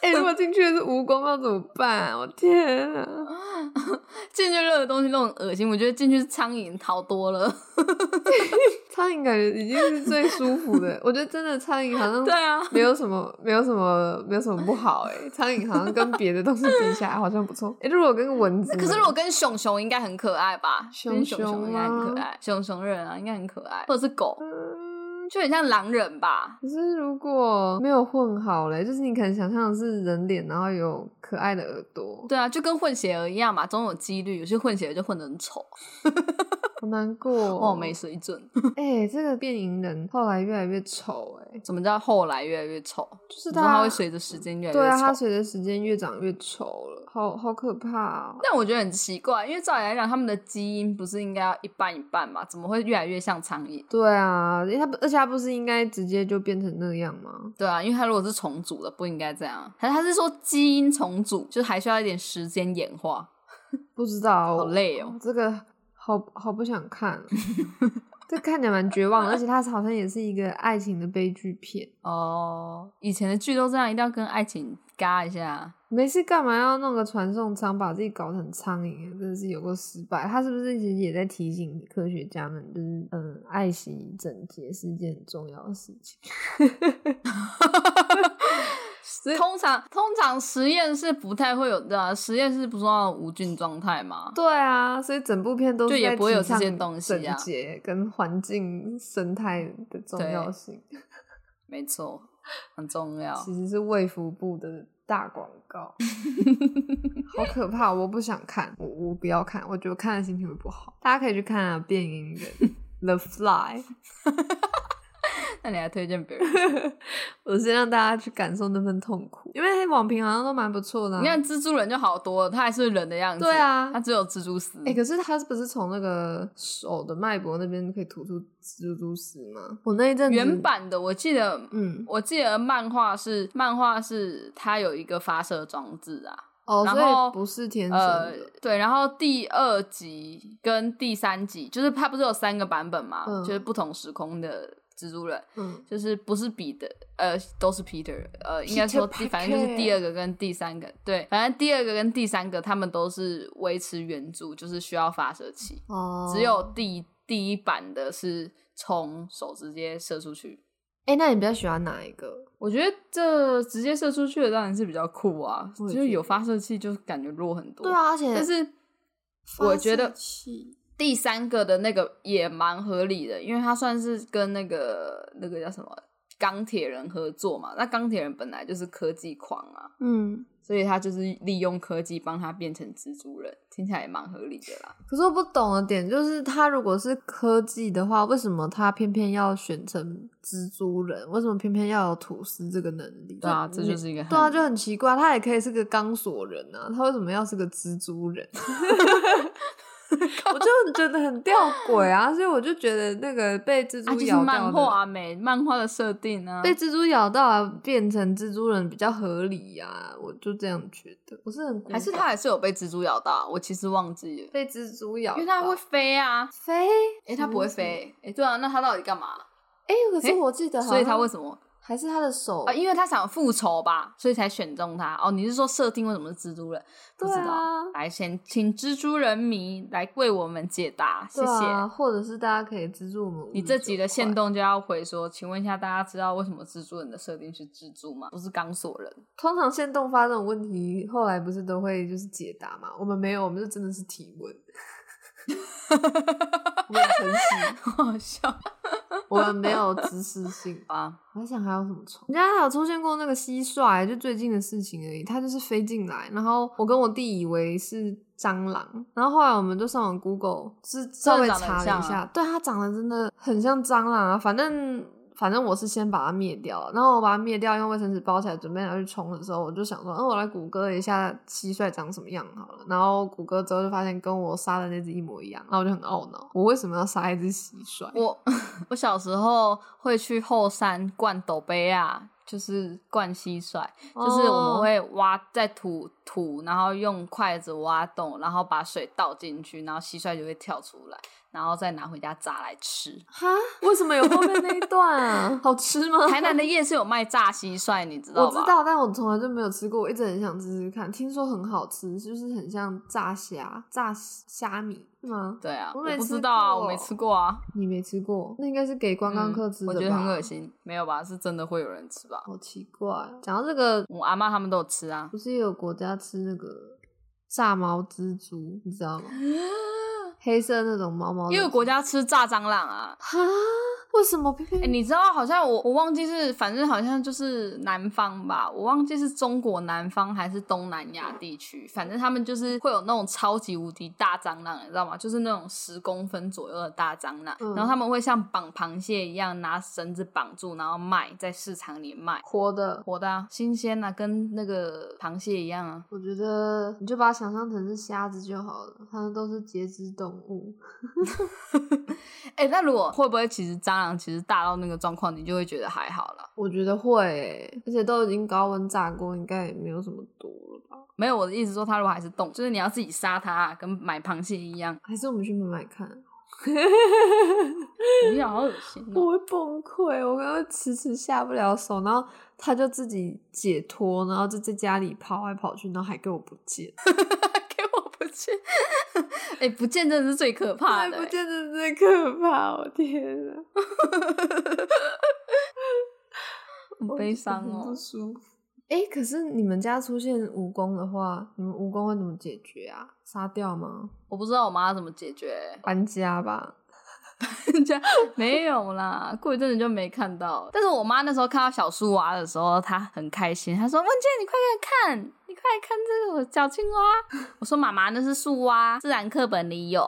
B: 哎、如果进去的是蜈蚣，要怎么办？我天啊！
A: 进去任何东西都很恶心，我觉得进去是苍蝇好多了。
B: 苍蝇感觉已经是最舒服的，我觉得真的苍蝇好像
A: 对啊，
B: 没有什么，没有什么，没有什么不好哎、苍蝇好像跟别的东西比起来好像不错。哎、如果跟蚊子呢，
A: 可是如果跟熊熊应该很可爱吧？
B: 熊
A: 跟熊
B: 熊
A: 熊应该很可
B: 吗
A: 爱，熊熊人啊应该很可爱，或者是狗，
B: 嗯
A: 就很像狼人吧？
B: 可是如果没有混好嘞，就是你可能想象的是人脸，然后有可爱的耳朵，
A: 对啊，就跟混血儿一样嘛，总有几率，有些混血儿就混得很丑，
B: 好难过哦
A: 哦，没水准。
B: 哎、这个变蝇人后来越来越丑哎、
A: 什么叫后来越来越丑？
B: 就是
A: 你说它
B: 他
A: 会随着时间越来
B: 对啊，他
A: 越丑。
B: 随着时间越长越丑了，好好可怕、哦。
A: 但我觉得很奇怪，因为照理来讲，他们的基因不是应该要一半一半嘛？怎么会越来越像苍蝇？
B: 对啊，因为他不，而且他不是应该直接就变成那样吗？
A: 对啊，因为它如果是重组的，不应该这样。还是他是说基因重组，就是还需要一点时间演化？
B: 不知道，
A: 好累哦，
B: 这个好好不想看 哦、这看起来蛮绝望的，而且它好像也是一个爱情的悲剧片。
A: 哦，以前的剧都这样，一定要跟爱情嘎一下。
B: 没事，干嘛要弄个传送舱把自己搞成苍蝇啊？真的是有够失败。他是不是其实也在提醒科学家们，就是嗯，爱惜整洁是一件很重要的事情。所以
A: 通常通常实验室不太会有的、啊，实验室不是要无菌状态吗？
B: 对啊，所以整部片都是
A: 就也
B: 在
A: 不会有
B: 提倡
A: 这些东西啊
B: 整洁跟环境生态的重要性，
A: 没错，很重要。
B: 其实是卫福部的大广 告，好可怕！我不想看，我我不要看，我觉得看了心情会不好。大家可以去看啊，《变 蝇人》The Fly。
A: 那你还推荐别人？
B: 我先让大家去感受那份痛苦，因为网评好像都蛮不错的、啊。
A: 你看蜘蛛人就好多了，他还是人的样子。
B: 对啊
A: 他只有蜘蛛丝。
B: 哎、可是它不是从那个手的脉搏那边可以吐出蜘蛛丝吗？我那一阵子
A: 原，版的我记得，
B: 嗯，
A: 我记得漫画是漫画是它有一个发射装置啊。
B: 哦，
A: 然
B: 所
A: 后
B: 以不是天生的，
A: 呃，对，然后第二集跟第三集，就是它不是有三个版本嘛，
B: 嗯
A: 就是不同时空的蜘蛛人，
B: 嗯，
A: 就是不是彼得，呃，都是 Peter，呃，应该说第
B: Peter
A: 反正就是
B: Parker
A: 第二个跟第三个，对，反正第二个跟第三个他们都是维持原著，就是需要发射器，
B: 哦，
A: 只有第第一版的是从手直接射出去。
B: 哎、那你比较喜欢哪一个？
A: 我觉得这直接射出去的当然是比较酷啊，
B: 我
A: 就
B: 也觉
A: 是
B: 得
A: 有发射器就感觉弱很多。
B: 对，啊，而且
A: 但是
B: 发
A: 我觉得
B: 射器
A: 第三个的那个也蛮合理的，因为它算是跟那个那个叫什么钢铁人合作嘛。那钢铁人本来就是科技狂啊，
B: 嗯，
A: 所以他就是利用科技帮他变成蜘蛛人，听起来也蛮合理的啦。
B: 可是我不懂的点就是，他如果是科技的话，为什么他偏偏要选成蜘蛛人？为什么偏偏要有吐丝这个能力？
A: 对啊，
B: 你
A: 这就是一个很
B: 对啊，就很奇怪，他也可以是个钢索人啊，他为什么要是个蜘 蛛人？我就觉得很吊诡啊，所以我就觉得那个被蜘
A: 啊，
B: 蛛
A: 就是
B: 咬
A: 漫
B: 到的，
A: 画没漫画的设定啊。
B: 被蜘蛛咬到啊变成蜘蛛人比较合理呀、我就这样觉得。我是很古
A: 还是他还是有被蜘蛛咬到啊，我其实忘记了，
B: 被蜘蛛咬
A: 因
B: 到，
A: 为它会飞啊。
B: 飞，
A: 诶、它不会
B: 什么意思。
A: 飞。诶、对啊，那它到底干嘛？
B: 哎、可是
A: 诶
B: 我记得好像，
A: 所以它为什么
B: 还是他的手
A: 啊，因为他想复仇吧，所以才选中他。哦，你是说设定为什么是蜘蛛人？不
B: 对
A: 知道。
B: 啊，
A: 来，先请蜘蛛人迷来为我们解答，谢
B: 对
A: 谢。
B: 啊，或者是大家可以资助我们。
A: 你这集的限，动就要回说，请问一下大家知道为什么蜘蛛人的设定是蜘蛛吗？不是钢索人。
B: 通常限动发这种问题，后来不是都会就是解答嘛？我们没有，我们就真的是 提问。我们很诚实，
A: 好笑，
B: 我们没有知识性。
A: 啊，
B: 我在想还有什么虫，人家还有出现过那个蟋蟀，就最近的事情而已。它就是飞进来，然后我跟我弟以为是蟑螂，然后后来我们就上网 Google，是稍微查了
A: 真的长得
B: 一
A: 很像啊
B: 下，对它长得真的很像蟑螂啊。反正反正我是先把它灭掉，然后我把它灭掉，用卫生纸包起来，准备拿去冲的时候，我就想说，嗯，我来谷歌一下蟋蟀长什么样好了。然后谷歌之后就发现跟我杀的那只一模一样，然后我就很懊恼，我为什么要杀一只蟋蟀？
A: 我 我小时候会去后山灌斗杯啊，就是灌蟋蟀，就是我们
B: 哦
A: 会挖在土土，然后用筷子挖洞，然后把水倒进去，然后蟋蟀就会跳出来，然后再拿回家炸来吃。
B: 哈，为什么有后面那一段 啊？好吃吗？
A: 台 南的夜市有卖炸蟋蟀，你知道
B: 我
A: 吧？
B: 知道，但我从来就没有吃过，我一直很想吃吃看，听说很好吃，就是很像炸虾、炸虾米，是吗？
A: 对啊，
B: 我
A: 我
B: 没
A: 不
B: 吃
A: 知道啊，
B: 过
A: 我没吃过啊。嗯
B: 你没吃过，那应该是给观光客吃的
A: 我
B: 吧？
A: 觉得很恶，心，没有吧？是真的会有人吃吧？
B: 好奇怪哦。讲到这个，
A: 我阿妈他们都有吃啊。
B: 不是也有国家吃那个炸毛蜘蛛，你知道吗？黑色那种毛毛的，
A: 啊也有国家吃炸蟑螂啊！
B: 哈？为什么偏偏
A: 哎、你知道好像我我忘记是，反正好像就是南方吧，我忘记是中国南方还是东南亚地区，反正他们就是会有那种超级无敌大蟑螂，你知道吗？就是那种十公分左右的大蟑螂，
B: 嗯
A: 然后他们会像绑螃蟹一样拿绳子绑住，然后卖在市场里卖，
B: 活的？
A: 活的、啊、新鲜啊，跟那个螃蟹一样啊。
B: 我觉得你就把它想象成是虾子就好了，它们都是节肢动物。
A: 哎、那如果会不会其实蟑螂其实大到那个状况，你就会觉得还好了？
B: 我觉得会欸、而且都已经高温炸过，应该也没有什么毒了吧？
A: 没有，我的意思说，它如果还是动，就是你要自己杀它啊、跟买螃蟹一样。
B: 还是我们去买买看？
A: 不要，好恶心哦、
B: 我会崩溃，我刚刚迟迟下不了手，然后他就自己解脱，然后就在家里跑来跑去，然后还给我不见，
A: 给我不见！ 哎、不见真的是最可怕
B: 还
A: 的、欸哎
B: 不见真的是可怕，我天啊，
A: 很悲伤
B: 我觉得很
A: 哦
B: 不。舒服。哎、可是你们家出现蜈蚣的话，你们蜈蚣会怎么解决啊？杀掉吗？
A: 我不知道我妈怎么解 决、
B: 搬家吧？
A: 这样没有啦，过一阵子就没看到。但是我妈那时候看到小树娃的时候，她很开心，她说：“文健，你快来看，你快来看这个小青蛙。” 我说：“妈妈，那是树蛙，自然课本里有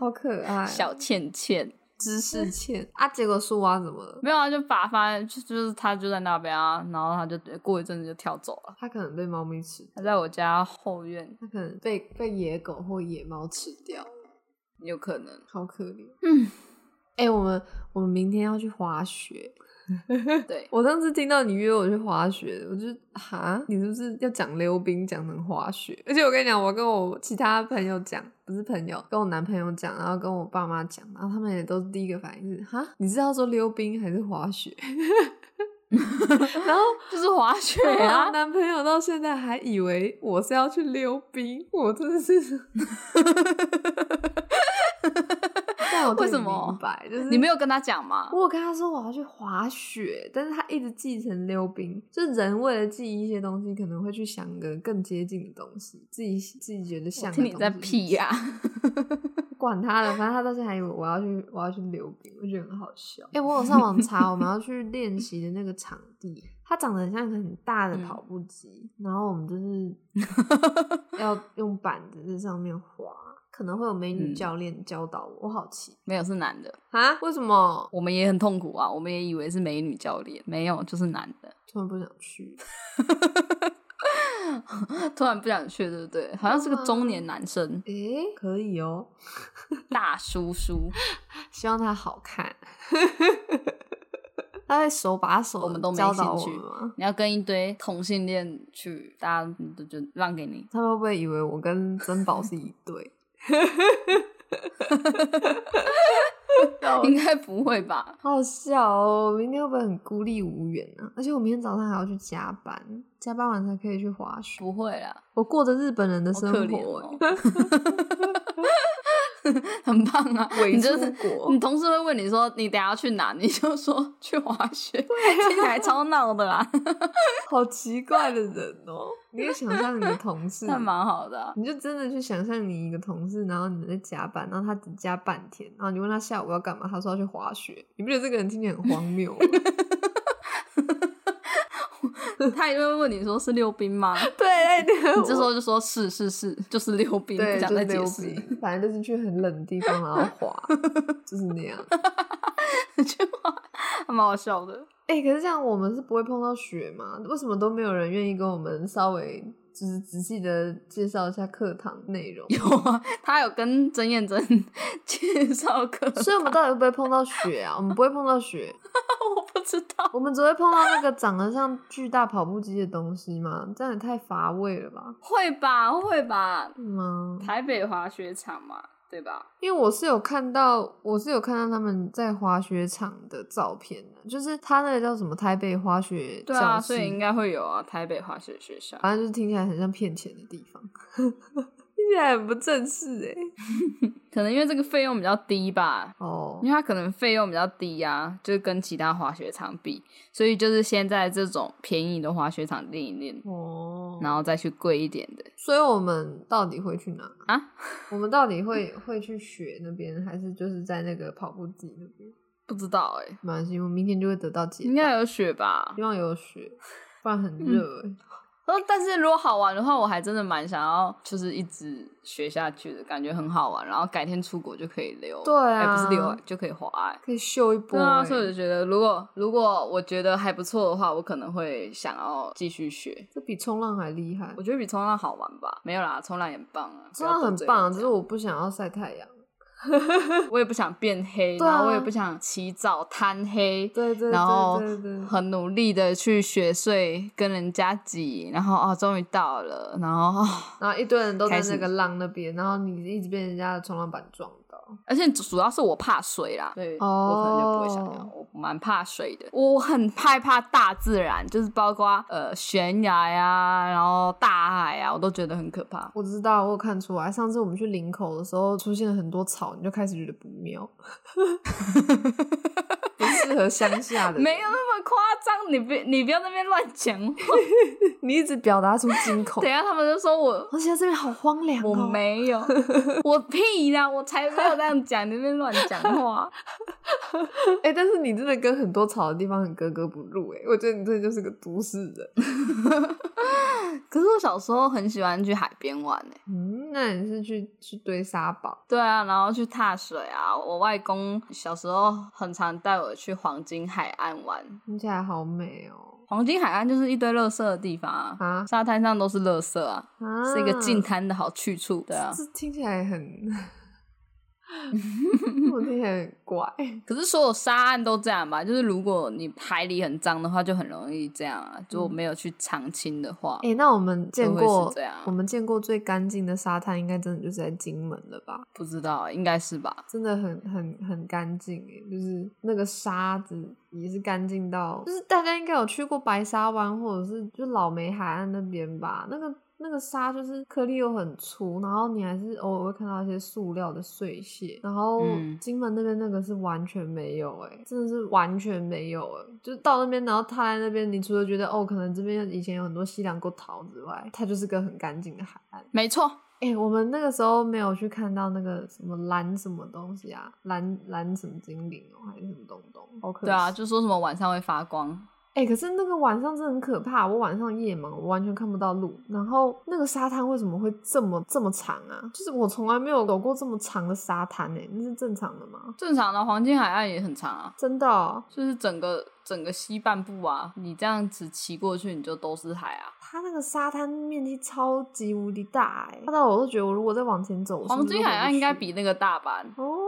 B: 好可 爱，哦
A: 小倩倩。”
B: 知识欠啊！结果树蛙怎么了？
A: 没有啊，就把发就就是他就在那边啊，然后他就过一阵子就跳走了。
B: 它可能被猫咪吃，
A: 他在我家后院，
B: 它可能被被野狗或野猫吃掉，
A: 有可能。
B: 好可怜。
A: 嗯，
B: 哎、我们我们明天要去滑雪。
A: 对，
B: 我上次听到你约我去滑雪，我就哈，你是不是要讲溜冰讲成滑雪？而且我跟你讲，我跟我其他朋友讲，不是朋友，跟我男朋友讲，然后跟我爸妈讲，然后他们也都是第一个反应是哈，你是要说溜冰还是滑雪？ 然后
A: 就是滑雪
B: 对啊，
A: 啊。
B: 男朋友到现在还以为我是要去溜冰，我真 的是，但我
A: 为
B: 对
A: 什
B: 你
A: 么
B: 明白，就是
A: 你没有跟他讲吗？
B: 我有跟他说我要去滑雪，但是他一直记成溜冰。就是人为了记一些东西，可能会去想个更接近的东西，自己自己觉得像
A: 我
B: 的
A: 听你在
B: 东西
A: 屁呀、
B: 管他了，反正他到现在还以为我要去我要去溜冰，我觉得很好笑。哎、我有上网查我们 要去练习的那个场地，它长得很像一个很大的
A: 嗯
B: 跑步机，然后我们就是 要用板子在上面滑，可能会有美女
A: 嗯
B: 教练教导我，我好奇
A: 没有是男的，
B: 啊，为什么？
A: 我们也很痛苦啊，我们也以为是美女教练，没有就是男的。
B: 突然不想去。
A: 突然不想去，对不对？好像是个中年男生，
B: 诶、可以哦，
A: 大叔叔，
B: 希望它好看。 他会手把手
A: 我们都没
B: 教导我
A: 兴趣
B: 们吗？
A: 你要跟一堆同性恋去，大家就就让给你。
B: 他们会不会以为我跟珍宝是一对？哦
A: 应该不会吧？
B: 好笑哦！明天会不会很孤立无援啊？而且我明天早上还要去加班，加班完才可以去滑雪。
A: 不会啦，
B: 我过着日本人的
A: 好
B: 生
A: 可怜
B: 活欸、
A: 哦。 很棒 啊！
B: 欸伪
A: 你就
B: 出
A: 是
B: 国
A: 你同事会问你说你等下要去哪，你就说去滑雪，
B: 啊
A: 听起来超闹的啊啦，
B: 好奇怪的人哦！你也想象你 的同事，
A: 那蛮好的啊、
B: 你就真的去想象你一个同事，然后你们在加班，然后他只加半天，然后你问他下午要干嘛，他说要去滑雪，你不觉得这个人听起来很荒谬 吗？
A: 他也会问你说是溜冰 吗？
B: 对，对
A: 你这时候就说是是是，就是溜冰，
B: 对，
A: 不想再
B: 就是
A: 解
B: 溜
A: 释。
B: 冰，反正就是去很冷的地方然后滑，就是那样。
A: 这句话还蛮好笑的。
B: 哎、可是这样我们是不会碰到雪吗？为什么都没有人愿意跟我们稍微就是仔细的介绍一下课堂内容？
A: 有啊，他有跟曾艳珍介绍 课，
B: 所以我们到底会不会碰到雪啊？我们不会碰到雪，
A: 我不知道。
B: 我们只会碰到那个长得像巨大跑步机的东西吗？这样也太乏味了吧？
A: 会吧，会吧，
B: 是吗？
A: 台北滑雪场嘛，对吧？
B: 因为我是有看到，我是有看到他们在滑雪场的照片的，就是他那个叫什么台北滑雪教室，
A: 对啊，所以应该会有啊，台北滑雪学校。
B: 反正就是听起来很像骗钱的地方， 听起来很不正式哎、
A: 可能因为这个费用比较低吧，
B: 哦
A: 因为它可能费用比较低啊，就是跟其他滑雪场比，所以就是现在这种便宜的滑雪场练一练，
B: 哦，
A: 然后再去贵一点的。
B: 所以我们到底会去哪
A: 啊？
B: 我们到底会会去雪那边，还是就是在那个跑步机那边？
A: 不知道哎、
B: 没关系，我们明天就会得到解答。
A: 应该有雪吧
B: 希？望有雪，不然很热、欸。
A: 呃，但是如果好玩的话，我还真的蛮想要，就是一直学下去的感觉很好玩，然后改天出国就可以溜，
B: 对啊
A: 哎不是溜、哎就可以滑、哎
B: 可以秀一波、
A: 对
B: 欸。
A: 啊，所以我就觉得，如果如果我觉得还不错的话，我可能会想要继续学。
B: 这比冲浪还厉害
A: 我。觉得比冲浪好玩吧？没有啦，冲浪也很棒啊，
B: 冲浪很棒，只
A: 只
B: 是我不想要晒太阳。
A: 我也不想变黑，
B: 对啊
A: 然后我也不想起早贪黑，
B: 对对对
A: 然后
B: 对对对。
A: 很努力的去学睡，跟人家挤，然后哦，终于到了，然后、哦
B: 然后一堆人都在
A: 开始
B: 那个浪那边，然后你一直被人家的冲浪板撞到。
A: 而且主要是我怕水啦，对我可能就不会想要，我蛮怕水的，我很害怕大自然，就是包括呃悬崖呀、然后大海啊，我都觉得很可怕。
B: 我知道，我有看出来。上次我们去林口的时候，出现了很多草，你就开始觉得不妙，不适合乡下的人。
A: 没有那么夸张，你别你不要在那边乱讲话。
B: 你一直表达出惊恐
A: 等一。下他们就说我
B: 而且这边好荒凉哦。
A: 啊我没有，我屁啦，我才没有这样讲，你在那边乱讲话。
B: 哎、但是你真的跟很多草的地方很格格不入哎、我觉得你真的就是个都市人。
A: 可是我小时候很喜欢去海边玩欸诶、
B: 嗯，那你是去去堆沙堡？
A: 对啊，然后去踏水啊。我外公小时候很常带我去黄金海岸玩，
B: 听起来好美哦、
A: 黄金海岸就是一堆垃圾的地方啊，
B: 啊
A: 沙滩上都是垃圾啊，
B: 啊，
A: 是一个近滩的好去处。对啊，
B: 这听起 来很， 我听起来很怪。
A: 可是所有沙岸都这样吧，就是如果你海里很脏的话，就很容易这样啊。如果
B: 嗯
A: 没有去常清的话，
B: 哎、那我们见
A: 都会
B: 过
A: 是这样，
B: 我们见过最干净的沙滩，应该真的就是在金门了吧？
A: 不知道啊应该是吧？
B: 真的很很很干净哎，就是那个沙子也是干净到，就是大家应该有去过白沙湾或者是就老梅海岸那边吧，那个那个沙就是颗粒又很粗，然后你还是偶尔会看到一些塑料的碎屑，然后
A: 嗯
B: 金门那边那个是完全没有哎，真的是完全没有哎，就是到那边然后踏在那边，你除了觉得哦可能这边以前有很多西凉过桃之外，它就是个很干净的海岸。
A: 没错，
B: 哎、我们那个时候没有去看到那个什么蓝什么东西啊，蓝蓝什么精灵哦、还是什么东东，好可惜。
A: 对啊，，就说什么晚上会发光，
B: 哎、可是那个晚上真的很可怕，我晚上夜盲，我完全看不到路。然后那个沙滩为什么会这么这么长啊？就是我从来没有走过这么长的沙滩哎、那是正常的吗？
A: 正常的黄金海岸也很长啊，
B: 真的、哦，
A: 就是整个整个西半部啊，你这样子骑过去，你就都是海啊。
B: 它那个沙滩面积超级无敌大哎、大到我都觉得我如果再往前走，我是不
A: 黄
B: 是都
A: 金海
B: 回不
A: 岸应该
B: 去
A: 比那个大吧？
B: 哦，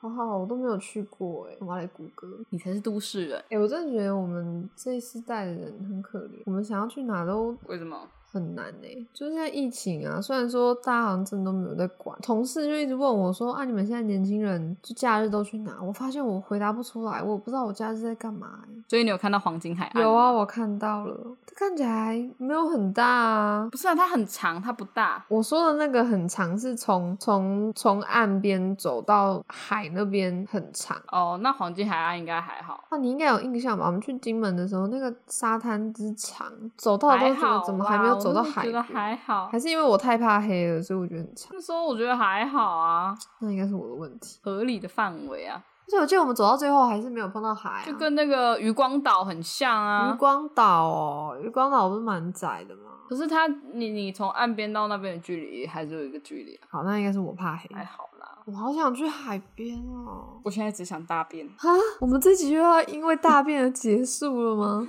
B: 好好，我都没有去过哎、我要来谷歌。
A: 你才是都市人，
B: 哎、我真的觉得我们这一世代的人很可怜，我们想要去哪都
A: 为什么？
B: 很难呢、就是现在疫情啊，虽然说大家好像真的都没有在管，同事就一直问我说啊，你们现在年轻人就假日都去哪？我发现我回答不出来，我不知道我假日在干嘛欸、
A: 所以你有看到黄金海岸？
B: 有啊，，我看到了，它看起来没有很大啊。
A: 不是啊，它很长，它不大。
B: 我说的那个很长，是从从从岸边走到海那边很长。
A: 哦，那黄金海岸应该还好，
B: 啊，你应该有印象吧？我们去金门的时候，那个沙滩之长，走到
A: 还
B: 都觉
A: 好
B: 得怎么还没有
A: 啦
B: 走到
A: 我真的
B: 海
A: 觉得
B: 边？
A: 还好
B: 还。是因为我太怕黑了，所以我觉得很长。
A: 那时候我觉得还好啊，
B: 那应该是我的问题。
A: 合理的范围啊，
B: 而且我记得我们走到最后还是没有碰到海、啊，
A: 就跟那个渔光岛很像啊。
B: 渔光岛哦，渔光岛不是蛮窄的吗？
A: 可是它，你你从岸边到那边的距离还是有一个距离啊，
B: 好，那应该是我怕黑。
A: 还好啦。
B: 我好想去海边哦！
A: 我现在只想大便，
B: 啊，我们这集又要因为大便而结束 了吗？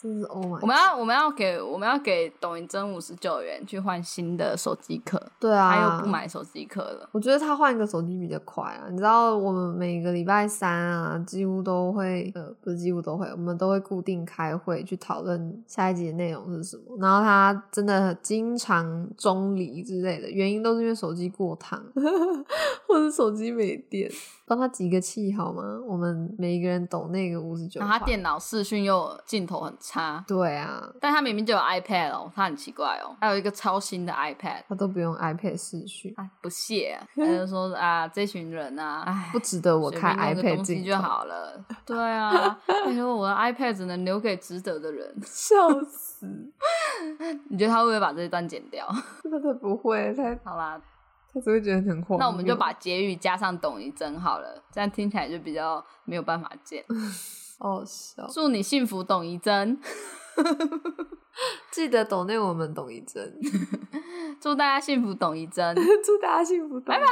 B: 真是 Oh my！
A: 我们要我们要给我们要给抖音真五十九元去换新的手机壳，
B: 对啊，
A: 他又不。买手机壳了。
B: 我觉得他换一个手机比较快啊！你知道我们每个礼拜三啊，几乎都会呃，不是几乎都会，我们都会固定开会去讨论下一集的内容是什么。然后他真的经常中离之类的，原因都是因为手机过烫， 或者手机没电。帮他集个气好吗？我们每一个人抖那个五十九，
A: 然后他电脑视讯又镜头很差，
B: 对啊，
A: 但他明明就有 iPad 哦，他很奇怪哦，还有一个超新的 iPad，
B: 他都不用 iPad 视讯，
A: 哎，不屑啊、他就说啊，这群人啊，哎，
B: 不值得我
A: 随
B: 开
A: 便弄个
B: iPad
A: 东
B: 镜
A: 西
B: 头
A: 就，好了。对啊，他说我的 iPad 只能留给值得的人。
B: 笑死！
A: 你觉得他会不会把这一段剪掉？
B: 他才不会，他
A: 好啦，
B: 他只会觉得很荒谬。
A: 那我们就把结语加上董一真好了，这样听起来就比较没有办法剪。
B: 好笑。
A: 祝你幸福，董一 真。
B: 记得 抖内我们董一真，
A: 祝大家幸福，董一真。
B: 祝大家幸福，拜拜。